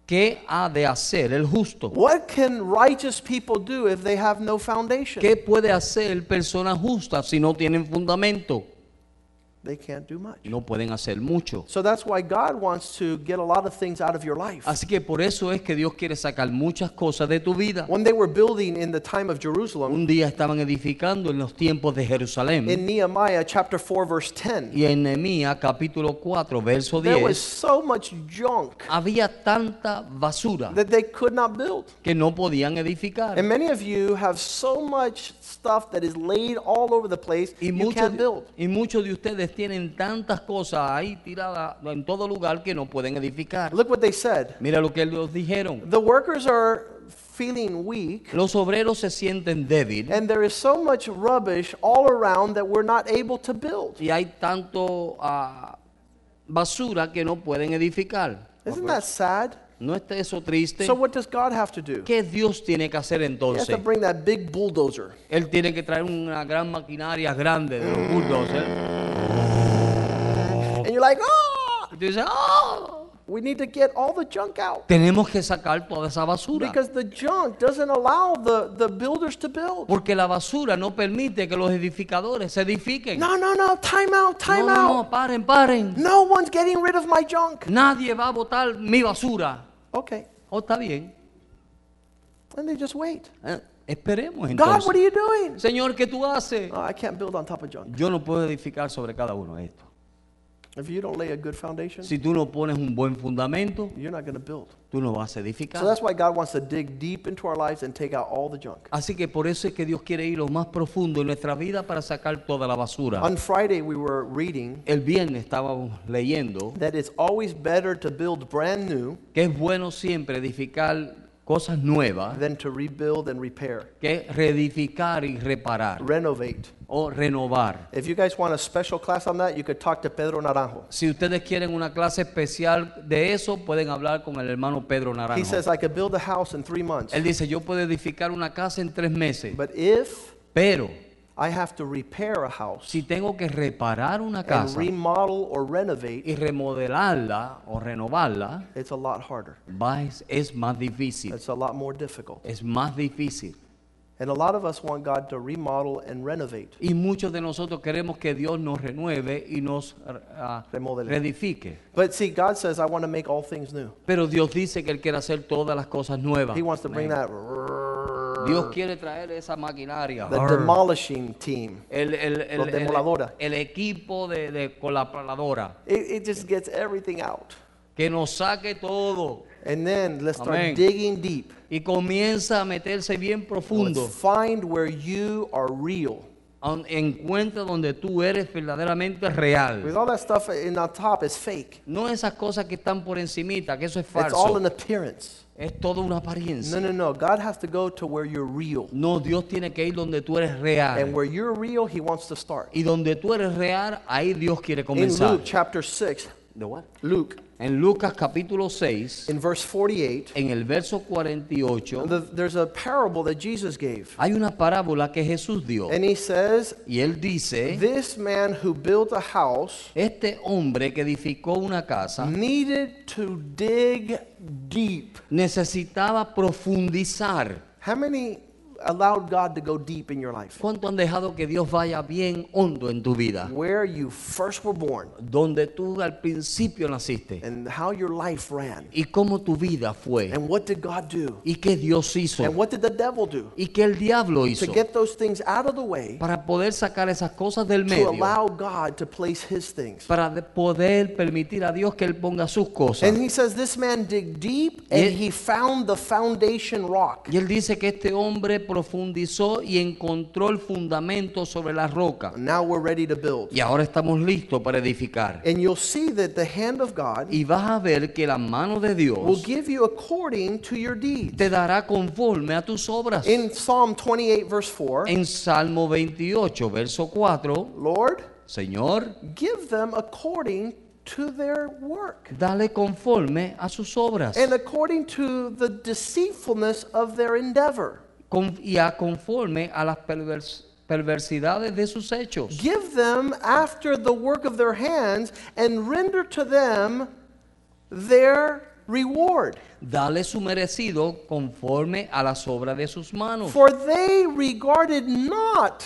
[SPEAKER 2] ¿qué ha de hacer el justo?
[SPEAKER 1] What can righteous people do if they have no foundation?
[SPEAKER 2] ¿Qué puede hacer persona justa si no tienen fundamento?
[SPEAKER 1] they can't do much.
[SPEAKER 2] no pueden hacer mucho.
[SPEAKER 1] So that's why God wants to get a lot of things out of your life.
[SPEAKER 2] Así que por eso es que Dios quiere sacar muchas cosas de tu vida.
[SPEAKER 1] When they were building in the time of Jerusalem,
[SPEAKER 2] Un día estaban edificando en los tiempos de Jerusalén
[SPEAKER 1] in Nehemiah chapter 4, verse 10,
[SPEAKER 2] y en Nehemías capítulo 4 verso
[SPEAKER 1] there was
[SPEAKER 2] 10
[SPEAKER 1] so much junk
[SPEAKER 2] había tanta basura
[SPEAKER 1] that they could not build.
[SPEAKER 2] que no podían edificar.
[SPEAKER 1] And many of you have so much stuff that is laid all over the place
[SPEAKER 2] Y
[SPEAKER 1] you
[SPEAKER 2] muchos,
[SPEAKER 1] can't build.
[SPEAKER 2] y muchos de ustedes tienen tantas cosas ahí tiradas en todo lugar que no pueden edificar.
[SPEAKER 1] Look what they said.
[SPEAKER 2] Mira lo que ellos dijeron.
[SPEAKER 1] The workers are feeling weak,
[SPEAKER 2] Los obreros se sienten débiles
[SPEAKER 1] and there is so much rubbish all around that we're not able to build.
[SPEAKER 2] y hay tanto ah, basura que no pueden edificar.
[SPEAKER 1] Isn't that sad?
[SPEAKER 2] ¿No está eso triste?
[SPEAKER 1] So Este what does God have to do?
[SPEAKER 2] ¿Qué Dios tiene que hacer
[SPEAKER 1] He has
[SPEAKER 2] entonces?
[SPEAKER 1] to bring that big bulldozer.
[SPEAKER 2] Él tiene que traer una gran maquinaria grande de
[SPEAKER 1] Mm.
[SPEAKER 2] los bulldozers. Oh.
[SPEAKER 1] And you're like, ah,
[SPEAKER 2] Y tú dices, "Ah,
[SPEAKER 1] we need to get all the junk out.
[SPEAKER 2] tenemos que sacar toda esa basura.
[SPEAKER 1] Because the junk doesn't allow the, the builders to build.
[SPEAKER 2] Porque la basura no permite que los edificadores se edifiquen.
[SPEAKER 1] No, no, no, time out, time
[SPEAKER 2] no, no,
[SPEAKER 1] out.
[SPEAKER 2] no, paren, paren.
[SPEAKER 1] No one's getting rid of my junk.
[SPEAKER 2] Nadie va a botar mi basura.
[SPEAKER 1] Okay.
[SPEAKER 2] Oh, está bien.
[SPEAKER 1] And they just wait.
[SPEAKER 2] Eh, esperemos
[SPEAKER 1] God,
[SPEAKER 2] entonces.
[SPEAKER 1] what are you doing?
[SPEAKER 2] Señor, ¿qué tú haces?
[SPEAKER 1] Oh, I can't build on top of junk.
[SPEAKER 2] Yo no puedo edificar sobre cada uno de estos.
[SPEAKER 1] If you don't lay a good foundation,
[SPEAKER 2] Si tú no pones un buen fundamento,
[SPEAKER 1] you're not going to build.
[SPEAKER 2] tú no vas
[SPEAKER 1] So
[SPEAKER 2] a edificar.
[SPEAKER 1] that's why God wants to dig deep into our lives and take out all the junk.
[SPEAKER 2] Así que por eso es que Dios quiere ir lo más profundo en nuestra vida para sacar toda la basura.
[SPEAKER 1] On Friday, we were reading
[SPEAKER 2] El viernes estábamos leyendo
[SPEAKER 1] that it's always better to build brand new
[SPEAKER 2] que es bueno siempre edificar cosas nuevas
[SPEAKER 1] than to rebuild and repair,
[SPEAKER 2] que reedificar y reparar
[SPEAKER 1] renovate.
[SPEAKER 2] o renovar.
[SPEAKER 1] If you guys want a special class on that, you could talk to Pedro Naranjo.
[SPEAKER 2] Si ustedes quieren una clase especial de eso, pueden hablar con el hermano Pedro
[SPEAKER 1] He
[SPEAKER 2] Naranjo.
[SPEAKER 1] says, I could build a house in three months,
[SPEAKER 2] Él dice, yo puedo edificar una casa en tres meses,
[SPEAKER 1] but if
[SPEAKER 2] pero
[SPEAKER 1] I have to repair a house
[SPEAKER 2] si tengo que reparar una
[SPEAKER 1] and
[SPEAKER 2] casa
[SPEAKER 1] remodel or renovate,
[SPEAKER 2] y remodelarla o renovarla,
[SPEAKER 1] it's a lot harder.
[SPEAKER 2] va- es, es más difícil.
[SPEAKER 1] It's a lot more difficult.
[SPEAKER 2] Es más difícil.
[SPEAKER 1] And a lot of us want God to remodel and renovate.
[SPEAKER 2] Y muchos de nosotros queremos que Dios nos renueve y nos ah,
[SPEAKER 1] Remodele.
[SPEAKER 2] reedifique.
[SPEAKER 1] But see, God says, I want to make all things new.
[SPEAKER 2] Pero Dios dice que Él quiere hacer todas las cosas nuevas.
[SPEAKER 1] He wants to bring that
[SPEAKER 2] Dios quiere traer esa maquinaria.
[SPEAKER 1] the demolishing team.
[SPEAKER 2] El, el, el,
[SPEAKER 1] Los demoladora.
[SPEAKER 2] el- el equipo de, de colaboradora.
[SPEAKER 1] It, it just gets everything out.
[SPEAKER 2] Que nos saque todo.
[SPEAKER 1] And then let's start
[SPEAKER 2] Amén.
[SPEAKER 1] digging deep.
[SPEAKER 2] Y comienza a meterse bien profundo.
[SPEAKER 1] Let's find where you are real.
[SPEAKER 2] An- Encuentra donde tú eres verdaderamente
[SPEAKER 1] With
[SPEAKER 2] real.
[SPEAKER 1] all that stuff in on top is fake.
[SPEAKER 2] No esas cosas que están por encimita, que eso es
[SPEAKER 1] It's all
[SPEAKER 2] falso.
[SPEAKER 1] an appearance.
[SPEAKER 2] Es toda
[SPEAKER 1] No,
[SPEAKER 2] una apariencia.
[SPEAKER 1] no, no. God has to go to where you're real.
[SPEAKER 2] No, Dios tiene que ir donde tú eres
[SPEAKER 1] And
[SPEAKER 2] real.
[SPEAKER 1] where you're real, he wants to start.
[SPEAKER 2] Y donde tú eres real, ahí Dios quiere
[SPEAKER 1] In
[SPEAKER 2] comenzar.
[SPEAKER 1] Luke chapter 6,
[SPEAKER 2] ¿De what?
[SPEAKER 1] Luke,
[SPEAKER 2] En Lucas capítulo 6,
[SPEAKER 1] in verse 48,
[SPEAKER 2] en el verso 48,
[SPEAKER 1] the- there's a parable that Jesus gave.
[SPEAKER 2] hay una parábola que Jesús dio.
[SPEAKER 1] And he says,
[SPEAKER 2] Y él dice,
[SPEAKER 1] This man who built a house
[SPEAKER 2] este hombre que edificó una casa
[SPEAKER 1] needed to dig deep.
[SPEAKER 2] necesitaba profundizar.
[SPEAKER 1] How many allowed God to go deep in your life?
[SPEAKER 2] ¿Cuánto han dejado que Dios vaya bien hondo en tu vida?
[SPEAKER 1] Where you first were born
[SPEAKER 2] Donde tú al principio naciste.
[SPEAKER 1] and how your life ran.
[SPEAKER 2] Y cómo tu vida fue.
[SPEAKER 1] And what did God do?
[SPEAKER 2] Y qué Dios hizo.
[SPEAKER 1] And what did the devil do?
[SPEAKER 2] Y qué el diablo
[SPEAKER 1] To
[SPEAKER 2] hizo.
[SPEAKER 1] get those things out of the way,
[SPEAKER 2] Para poder sacar esas cosas del
[SPEAKER 1] to
[SPEAKER 2] medio.
[SPEAKER 1] allow God to place his things.
[SPEAKER 2] Para de- poder permitir a Dios que Él ponga sus cosas.
[SPEAKER 1] And he says, This man dig deep and
[SPEAKER 2] Yeah.
[SPEAKER 1] he found the foundation rock.
[SPEAKER 2] Y él dice que este hombre profundizó y encontró el fundamento sobre la roca.
[SPEAKER 1] Now we're ready to build.
[SPEAKER 2] Y ahora estamos listos para edificar.
[SPEAKER 1] And you'll see that the hand of God
[SPEAKER 2] Y vas a ver que la mano de
[SPEAKER 1] will
[SPEAKER 2] Dios
[SPEAKER 1] give you according to your deeds.
[SPEAKER 2] te dará conforme a tus obras.
[SPEAKER 1] In Psalm 28, verse 4,
[SPEAKER 2] En Salmo 28, verso 4,
[SPEAKER 1] Lord,
[SPEAKER 2] Señor,
[SPEAKER 1] give them according to their work
[SPEAKER 2] dale conforme a sus obras
[SPEAKER 1] and according to the deceitfulness of their endeavor.
[SPEAKER 2] con- y a conforme a las pervers- perversidades de sus hechos.
[SPEAKER 1] Give them after the work of their hands and render to them their reward.
[SPEAKER 2] Dale su merecido conforme a las obras de sus manos.
[SPEAKER 1] For they regarded not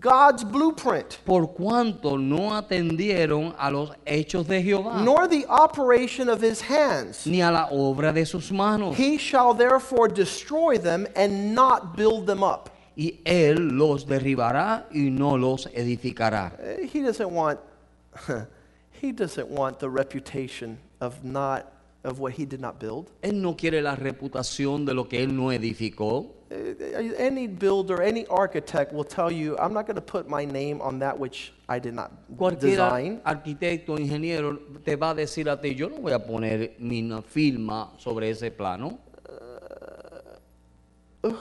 [SPEAKER 1] God's blueprint,
[SPEAKER 2] por cuanto no atendieron a los hechos de Jehová,
[SPEAKER 1] nor the operation of his hands.
[SPEAKER 2] ni a la obra de sus manos,
[SPEAKER 1] He shall therefore destroy them and not build them up.
[SPEAKER 2] y él los derribará y no los edificará.
[SPEAKER 1] Eh, He doesn't want he doesn't want the reputation of not of what he did not build.
[SPEAKER 2] Él no quiere la reputación de lo que él no edificó.
[SPEAKER 1] Uh, Any builder, any architect will tell you, I'm not going to put my name on that which I did not
[SPEAKER 2] Cualquier
[SPEAKER 1] design.
[SPEAKER 2] arquitecto, ingeniero, te va a decir a ti, yo no voy a poner mi firma sobre ese plano.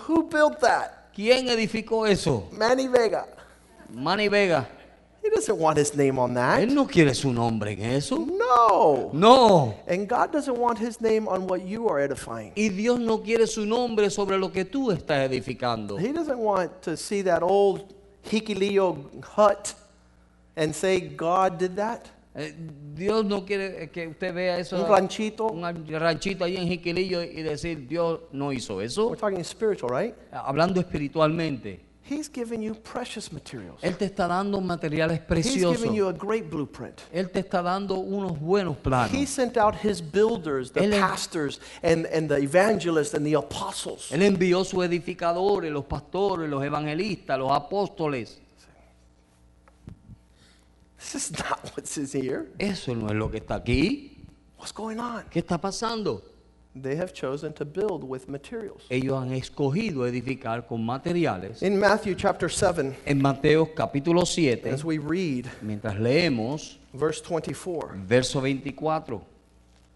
[SPEAKER 1] Who built that?
[SPEAKER 2] ¿Quién edificó eso?
[SPEAKER 1] Manny Vega.
[SPEAKER 2] Manny Vega.
[SPEAKER 1] He doesn't want his name on that.
[SPEAKER 2] Él no quiere su nombre en eso.
[SPEAKER 1] No.
[SPEAKER 2] No.
[SPEAKER 1] And God doesn't want his name on what you are edifying.
[SPEAKER 2] Y Dios no quiere su nombre sobre lo que tú estás edificando.
[SPEAKER 1] He doesn't want to see that old hikileo hut and say, God did that.
[SPEAKER 2] Eh, Dios no quiere que usted vea eso.
[SPEAKER 1] Un ranchito.
[SPEAKER 2] Un ranchito ahí en Jiquilillo y decir, Dios no hizo
[SPEAKER 1] We're
[SPEAKER 2] eso.
[SPEAKER 1] talking spiritual, right?
[SPEAKER 2] Hablando espiritualmente,
[SPEAKER 1] He's giving you precious materials.
[SPEAKER 2] Él te está dando materiales
[SPEAKER 1] He's giving
[SPEAKER 2] preciosos.
[SPEAKER 1] you a great blueprint.
[SPEAKER 2] Él te está dando unos buenos
[SPEAKER 1] He
[SPEAKER 2] planos.
[SPEAKER 1] sent out his builders, the
[SPEAKER 2] Él en-
[SPEAKER 1] pastors, and, and the evangelists, and the apostles.
[SPEAKER 2] Él envió sus edificadores, los pastores, los evangelistas, los apóstoles.
[SPEAKER 1] This is not what's in here.
[SPEAKER 2] Eso no es lo que está aquí.
[SPEAKER 1] What's going on?
[SPEAKER 2] ¿Qué está pasando?
[SPEAKER 1] They have chosen to build with materials.
[SPEAKER 2] Ellos han escogido edificar con materiales.
[SPEAKER 1] In Matthew chapter 7,
[SPEAKER 2] En Mateo capítulo 7,
[SPEAKER 1] as we read
[SPEAKER 2] mientras leemos
[SPEAKER 1] verse 24,
[SPEAKER 2] verso 24,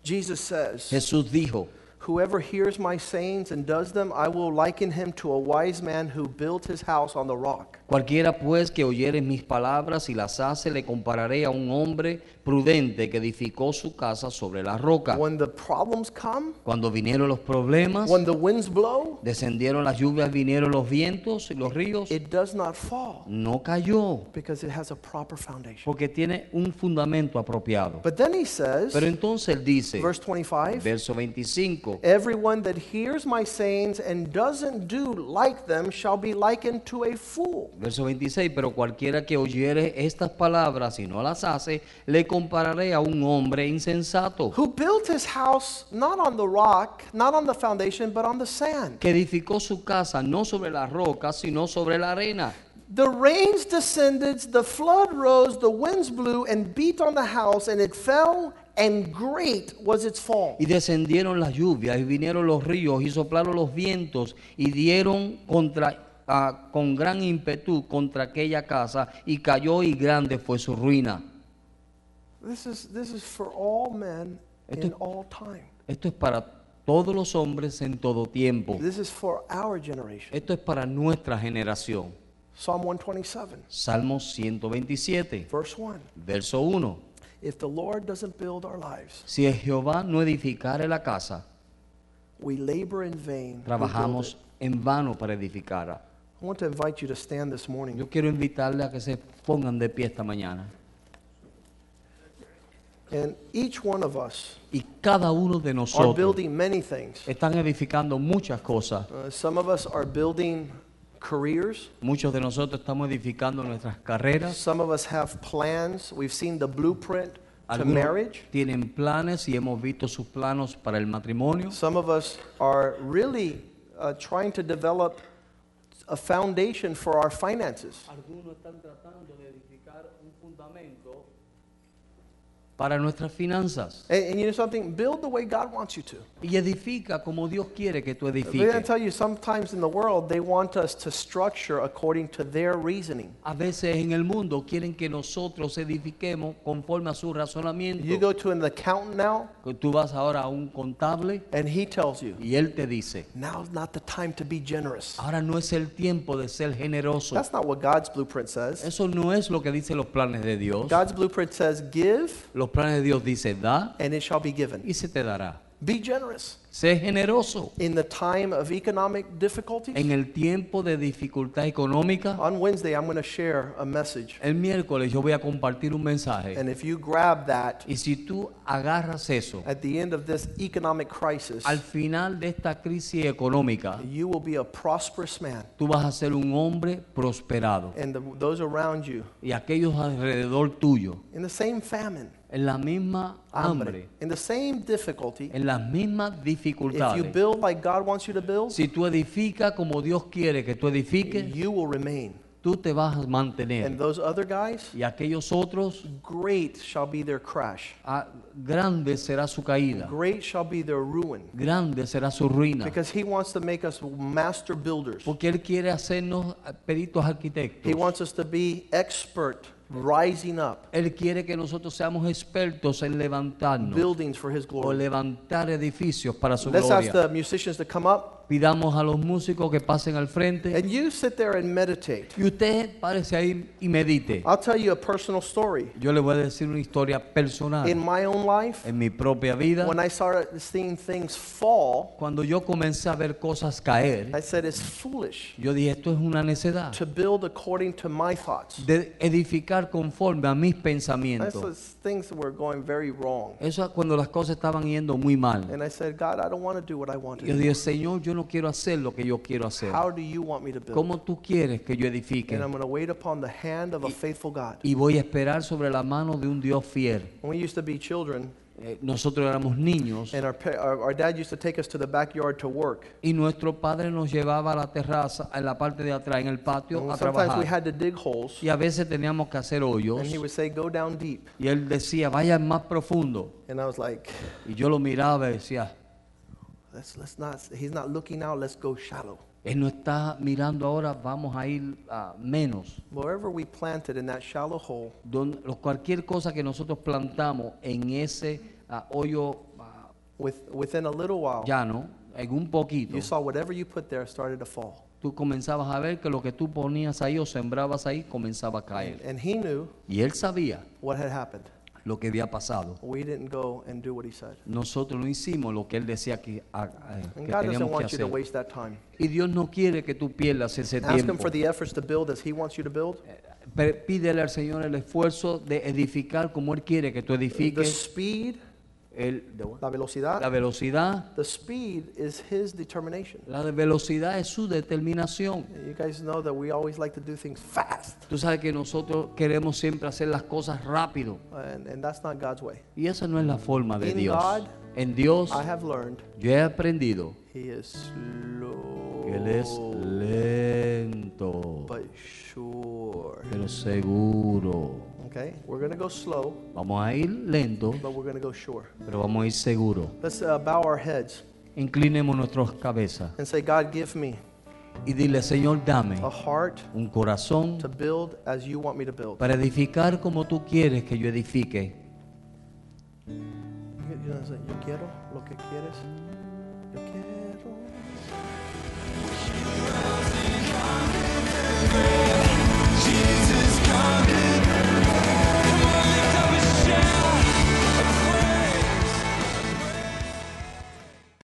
[SPEAKER 1] Jesus says,
[SPEAKER 2] Jesús dijo,
[SPEAKER 1] Whoever hears my sayings and does them, I will liken him to a wise man who built his house on the rock.
[SPEAKER 2] cualquiera pues que oyere mis palabras y las hace, le compararé a un hombre prudente que edificó su casa sobre la roca.
[SPEAKER 1] When the problems come,
[SPEAKER 2] Cuando vinieron los problemas,
[SPEAKER 1] when the winds blow,
[SPEAKER 2] descendieron las lluvias, vinieron los vientos y los ríos,
[SPEAKER 1] it does not fall
[SPEAKER 2] no cayó,
[SPEAKER 1] because it has a proper foundation.
[SPEAKER 2] porque tiene un fundamento apropiado.
[SPEAKER 1] But then he says,
[SPEAKER 2] Pero entonces él dice,
[SPEAKER 1] verse 25,
[SPEAKER 2] verso 25,
[SPEAKER 1] everyone that hears my sayings and doesn't do like them shall be likened to a fool
[SPEAKER 2] Verso 26, pero cualquiera que oyere estas palabras y no las hace, le compararé a un hombre insensato
[SPEAKER 1] who built his house not on the rock, not on the foundation, but on the sand.
[SPEAKER 2] que edificó su casa no sobre la roca, sino sobre la arena.
[SPEAKER 1] The rains descended, the flood rose, the winds blew and beat on the house, and it fell, and great was its fall.
[SPEAKER 2] Y descendieron las lluvias y vinieron los ríos y soplaron los vientos y dieron contra, ah, con gran ímpetu contra aquella casa y cayó y grande fue su ruina.
[SPEAKER 1] This is, this is for all men in all time.
[SPEAKER 2] Esto es para todos los hombres en todo tiempo.
[SPEAKER 1] This is for our generation.
[SPEAKER 2] Esto es para nuestra generación.
[SPEAKER 1] Psalm 127,
[SPEAKER 2] Salmo 127.
[SPEAKER 1] verse 1.
[SPEAKER 2] Verso 1.
[SPEAKER 1] If the Lord doesn't build our lives,
[SPEAKER 2] Si Jehová no edificare la casa,
[SPEAKER 1] we labor in vain. who build
[SPEAKER 2] trabajamos
[SPEAKER 1] it.
[SPEAKER 2] en vano para edificarla.
[SPEAKER 1] I want to invite you to stand this morning.
[SPEAKER 2] Yo quiero invitarle a que se pongan de pie esta mañana.
[SPEAKER 1] And each one of us
[SPEAKER 2] Y cada uno de
[SPEAKER 1] are
[SPEAKER 2] nosotros
[SPEAKER 1] building many things.
[SPEAKER 2] están edificando muchas cosas.
[SPEAKER 1] Uh, some of us are building careers.
[SPEAKER 2] Muchos de nosotros estamos edificando nuestras carreras.
[SPEAKER 1] Some of us have plans. We've seen the blueprint to
[SPEAKER 2] Algunos
[SPEAKER 1] marriage.
[SPEAKER 2] tienen planes y hemos visto sus planos para el matrimonio.
[SPEAKER 1] Some of us are really uh, trying to develop a foundation for our finances.
[SPEAKER 2] Algunos están tratando de edificar un fundamento para nuestras finanzas.
[SPEAKER 1] And, and you know something? Build the way God wants you to.
[SPEAKER 2] Y edifica como Dios quiere que tú
[SPEAKER 1] They're going
[SPEAKER 2] edifiques.
[SPEAKER 1] to tell you sometimes in the world they want us to structure according to their reasoning.
[SPEAKER 2] A veces en el mundo quieren que nosotros edifiquemos conforme a su
[SPEAKER 1] You
[SPEAKER 2] razonamiento.
[SPEAKER 1] go to an accountant now,
[SPEAKER 2] Tú vas ahora a un contable
[SPEAKER 1] and he tells you,
[SPEAKER 2] y él te dice,
[SPEAKER 1] now's not the time to be generous.
[SPEAKER 2] ahora no es el tiempo de ser generoso.
[SPEAKER 1] That's not what God's blueprint says.
[SPEAKER 2] Eso no es lo que dicen los planes de Dios.
[SPEAKER 1] God's blueprint says, give
[SPEAKER 2] Los planes de Dios dicen, da
[SPEAKER 1] and it shall be given.
[SPEAKER 2] y se te dará.
[SPEAKER 1] Be generous.
[SPEAKER 2] Sé generoso.
[SPEAKER 1] In the time of economic difficulties,
[SPEAKER 2] En el tiempo de dificultad económica,
[SPEAKER 1] on Wednesday, I'm going to share a message.
[SPEAKER 2] el miércoles yo voy a compartir un mensaje.
[SPEAKER 1] And if you grab that
[SPEAKER 2] Y si tú agarras eso,
[SPEAKER 1] at the end of this economic crisis,
[SPEAKER 2] al final de esta crisis económica,
[SPEAKER 1] you will be a prosperous man.
[SPEAKER 2] tú vas a ser un hombre prosperado.
[SPEAKER 1] And the, those around you,
[SPEAKER 2] Y aquellos alrededor tuyo,
[SPEAKER 1] in the same famine,
[SPEAKER 2] en la misma hambre,
[SPEAKER 1] in the same difficulty,
[SPEAKER 2] en las mismas
[SPEAKER 1] if you
[SPEAKER 2] dificultades,
[SPEAKER 1] build like God wants you to build,
[SPEAKER 2] si tú edificas como Dios quiere que tú edifiques,
[SPEAKER 1] you will remain.
[SPEAKER 2] tú te vas a mantener.
[SPEAKER 1] And those other guys,
[SPEAKER 2] Y aquellos otros,
[SPEAKER 1] great shall be their crash.
[SPEAKER 2] ah, grande será su caída,
[SPEAKER 1] Great shall be their ruin.
[SPEAKER 2] grande será su ruina.
[SPEAKER 1] Because he wants to make us master builders.
[SPEAKER 2] Porque Él quiere hacernos peritos
[SPEAKER 1] He
[SPEAKER 2] arquitectos.
[SPEAKER 1] wants us to be expert, rising up,
[SPEAKER 2] Él quiere que nosotros seamos expertos en levantarnos
[SPEAKER 1] buildings for his
[SPEAKER 2] o
[SPEAKER 1] glory.
[SPEAKER 2] levantar edificios para su
[SPEAKER 1] Let's ask
[SPEAKER 2] gloria.
[SPEAKER 1] the musicians to come up.
[SPEAKER 2] Pidamos a los músicos que pasen al frente.
[SPEAKER 1] And you sit there and meditate.
[SPEAKER 2] Y usted parece ahí y medite.
[SPEAKER 1] I'll tell you a personal story.
[SPEAKER 2] Yo le voy a decir una historia
[SPEAKER 1] In
[SPEAKER 2] personal
[SPEAKER 1] my own life,
[SPEAKER 2] en mi propia vida.
[SPEAKER 1] when I started seeing things fall,
[SPEAKER 2] Cuando yo comencé a ver cosas caer,
[SPEAKER 1] I said it's foolish
[SPEAKER 2] yo dije, esto es una necedad.
[SPEAKER 1] to build according to my thoughts.
[SPEAKER 2] De edificar conforme a mis
[SPEAKER 1] That's
[SPEAKER 2] pensamientos.
[SPEAKER 1] those things that were going very wrong.
[SPEAKER 2] Eso es cuando las cosas estaban yendo muy mal.
[SPEAKER 1] And I said, God, I don't want to do what I want to
[SPEAKER 2] Yo
[SPEAKER 1] do.
[SPEAKER 2] dije, Señor, yo no quiero hacer lo que yo quiero hacer.
[SPEAKER 1] How do you want me to build?
[SPEAKER 2] ¿Cómo tú quieres que yo edifique?
[SPEAKER 1] And I'm going to wait upon the hand of a faithful God.
[SPEAKER 2] Y voy a esperar sobre la mano de un Dios fiel.
[SPEAKER 1] When we used to be children,
[SPEAKER 2] Eh, Nosotros éramos niños
[SPEAKER 1] and our, pa- our, our dad used to take us to the backyard to work.
[SPEAKER 2] y nuestro padre nos llevaba a la terraza, en la parte de atrás, en el patio,
[SPEAKER 1] And
[SPEAKER 2] a
[SPEAKER 1] sometimes we
[SPEAKER 2] trabajar.
[SPEAKER 1] had to dig holes,
[SPEAKER 2] Y a veces teníamos que hacer
[SPEAKER 1] and
[SPEAKER 2] hoyos.
[SPEAKER 1] he would say, Go down deep.
[SPEAKER 2] Y él decía, vayan más profundo.
[SPEAKER 1] And I was like,
[SPEAKER 2] Y yo lo miraba y decía,
[SPEAKER 1] let's, let's not, he's not looking out, let's go shallow.
[SPEAKER 2] él no está mirando ahora, vamos a ir a menos.
[SPEAKER 1] Wherever we planted in that shallow hole,
[SPEAKER 2] Don- lo- cualquier cosa que nosotros plantamos en ese ah, hoyo ah,
[SPEAKER 1] with, within a little while,
[SPEAKER 2] llano, en un poquito,
[SPEAKER 1] you saw whatever you put there started to fall.
[SPEAKER 2] tú comenzabas a ver que lo que tú ponías ahí o sembrabas ahí comenzaba a caer.
[SPEAKER 1] And he knew
[SPEAKER 2] Y él sabía
[SPEAKER 1] what had happened.
[SPEAKER 2] lo que había pasado.
[SPEAKER 1] We didn't go and do what he said.
[SPEAKER 2] Nosotros no hicimos lo que él decía que, ha- eh,
[SPEAKER 1] And God
[SPEAKER 2] que
[SPEAKER 1] doesn't
[SPEAKER 2] teníamos que
[SPEAKER 1] want you to
[SPEAKER 2] hacer.
[SPEAKER 1] waste that time.
[SPEAKER 2] Y Dios no quiere que tú pierdas ese
[SPEAKER 1] Ask him
[SPEAKER 2] tiempo.
[SPEAKER 1] for the efforts to build as he wants you to build,
[SPEAKER 2] Pe- Pídele al Señor el esfuerzo de edificar como Él quiere que tú
[SPEAKER 1] the
[SPEAKER 2] edifiques.
[SPEAKER 1] speed,
[SPEAKER 2] El-
[SPEAKER 1] la
[SPEAKER 2] la
[SPEAKER 1] velocidad.
[SPEAKER 2] velocidad.
[SPEAKER 1] The speed is his determination.
[SPEAKER 2] La de- velocidad es su determinación.
[SPEAKER 1] You guys know that we always like to do things fast,
[SPEAKER 2] Tú sabes que nosotros queremos siempre hacer las cosas rápido.
[SPEAKER 1] and, and that's not God's way.
[SPEAKER 2] Y esa no es la forma de
[SPEAKER 1] In
[SPEAKER 2] Dios.
[SPEAKER 1] God,
[SPEAKER 2] en Dios
[SPEAKER 1] I have learned
[SPEAKER 2] yo he aprendido
[SPEAKER 1] He is slow,
[SPEAKER 2] que Él es lento,
[SPEAKER 1] but sure.
[SPEAKER 2] pero seguro.
[SPEAKER 1] Okay, we're gonna go slow,
[SPEAKER 2] Vamos a ir lento,
[SPEAKER 1] but we're gonna go sure.
[SPEAKER 2] pero vamos a ir seguro.
[SPEAKER 1] Let's uh, bow our heads
[SPEAKER 2] Inclinemos nuestras cabezas
[SPEAKER 1] and say, God, give me
[SPEAKER 2] y dile, Señor, dame
[SPEAKER 1] a heart
[SPEAKER 2] un corazón
[SPEAKER 1] to build as you want me to build.
[SPEAKER 2] para edificar como tú quieres que yo edifique.
[SPEAKER 1] You know, it's like, Yo quiero lo que quieres. Yo quiero.